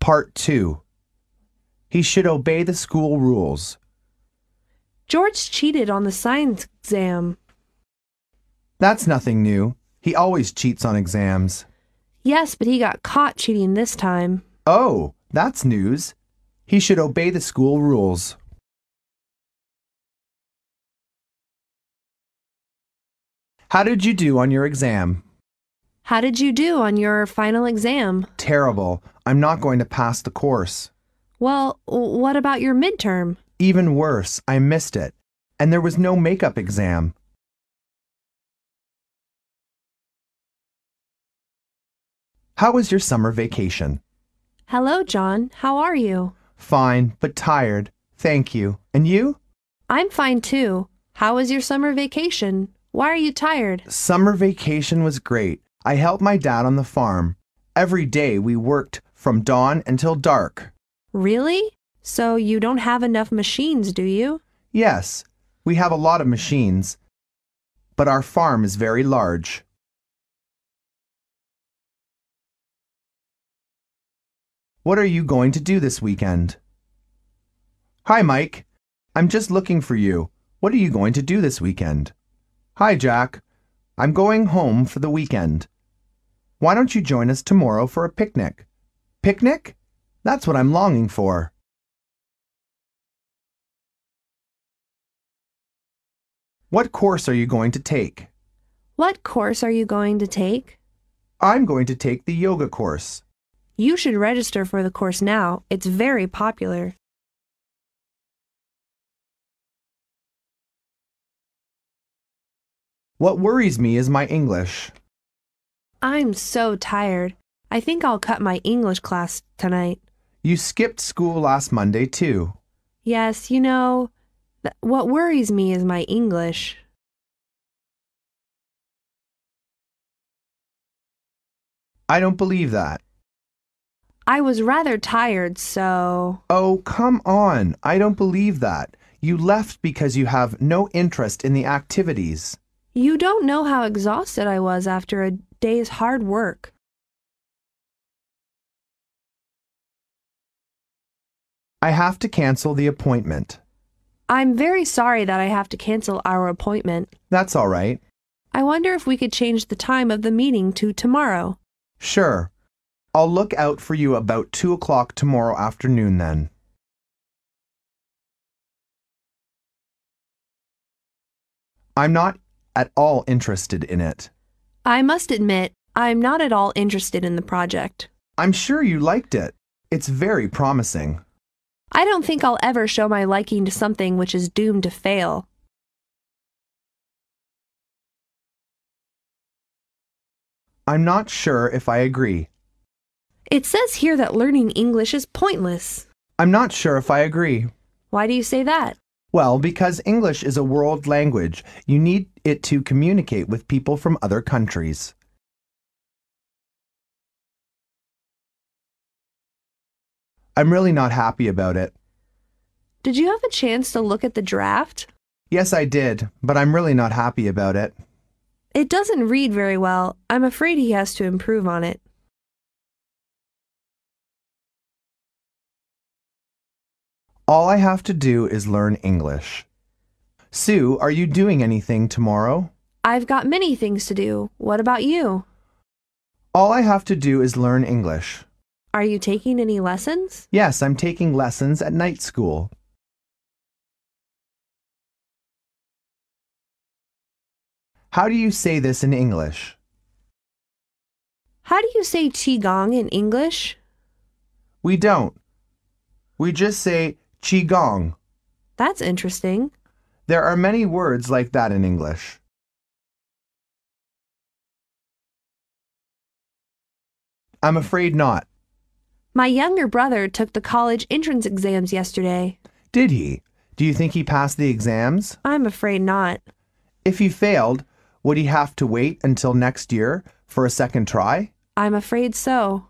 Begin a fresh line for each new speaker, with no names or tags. Part 2 He should obey the school rules.
George cheated on the science exam.
That's nothing new. He always cheats on exams.
Yes, but he got caught cheating this time.
Oh, that's news. He should obey the school rules. How did you do on your exam?
How did you do on your final exam?
Terrible. I'm not going to pass the course.
Well, w- what about your midterm?
Even worse, I missed it. And there was no makeup exam. How was your summer vacation?
Hello, John. How are you?
Fine, but tired. Thank you. And you?
I'm fine too. How was your summer vacation? Why are you tired?
Summer vacation was great. I helped my dad on the farm. Every day we worked from dawn until dark.
Really? So you don't have enough machines, do you?
Yes, we have a lot of machines, but our farm is very large. What are you going to do this weekend? Hi, Mike. I'm just looking for you. What are you going to do this weekend? Hi, Jack. I'm going home for the weekend. Why don't you join us tomorrow for a picnic? Picnic? That's what I'm longing for. What course are you going to take?
What course are you going to take?
I'm going to take the yoga course.
You should register for the course now. It's very popular.
What worries me is my English.
I'm so tired. I think I'll cut my English class tonight.
You skipped school last Monday, too.
Yes, you know, th- what worries me is my English.
I don't believe that.
I was rather tired, so.
Oh, come on. I don't believe that. You left because you have no interest in the activities.
You don't know how exhausted I was after a day's hard work.
I have to cancel the appointment.
I'm very sorry that I have to cancel our appointment.
That's all right.
I wonder if we could change the time of the meeting to tomorrow.
Sure. I'll look out for you about 2 o'clock tomorrow afternoon then. I'm not at all interested in it.
I must admit, I'm not at all interested in the project.
I'm sure you liked it. It's very promising.
I don't think I'll ever show my liking to something which is doomed to fail.
I'm not sure if I agree.
It says here that learning English is pointless.
I'm not sure if I agree.
Why do you say that?
Well, because English is a world language, you need it to communicate with people from other countries. I'm really not happy about it.
Did you have a chance to look at the draft?
Yes, I did, but I'm really not happy about it.
It doesn't read very well. I'm afraid he has to improve on it.
All I have to do is learn English. Sue, are you doing anything tomorrow?
I've got many things to do. What about you?
All I have to do is learn English.
Are you taking any lessons?
Yes, I'm taking lessons at night school. How do you say this in English?
How do you say qigong in English?
We don't. We just say qigong.
That's interesting.
There are many words like that in English. I'm afraid not.
My younger brother took the college entrance exams yesterday.
Did he? Do you think he passed the exams?
I'm afraid not.
If he failed, would he have to wait until next year for a second try?
I'm afraid so.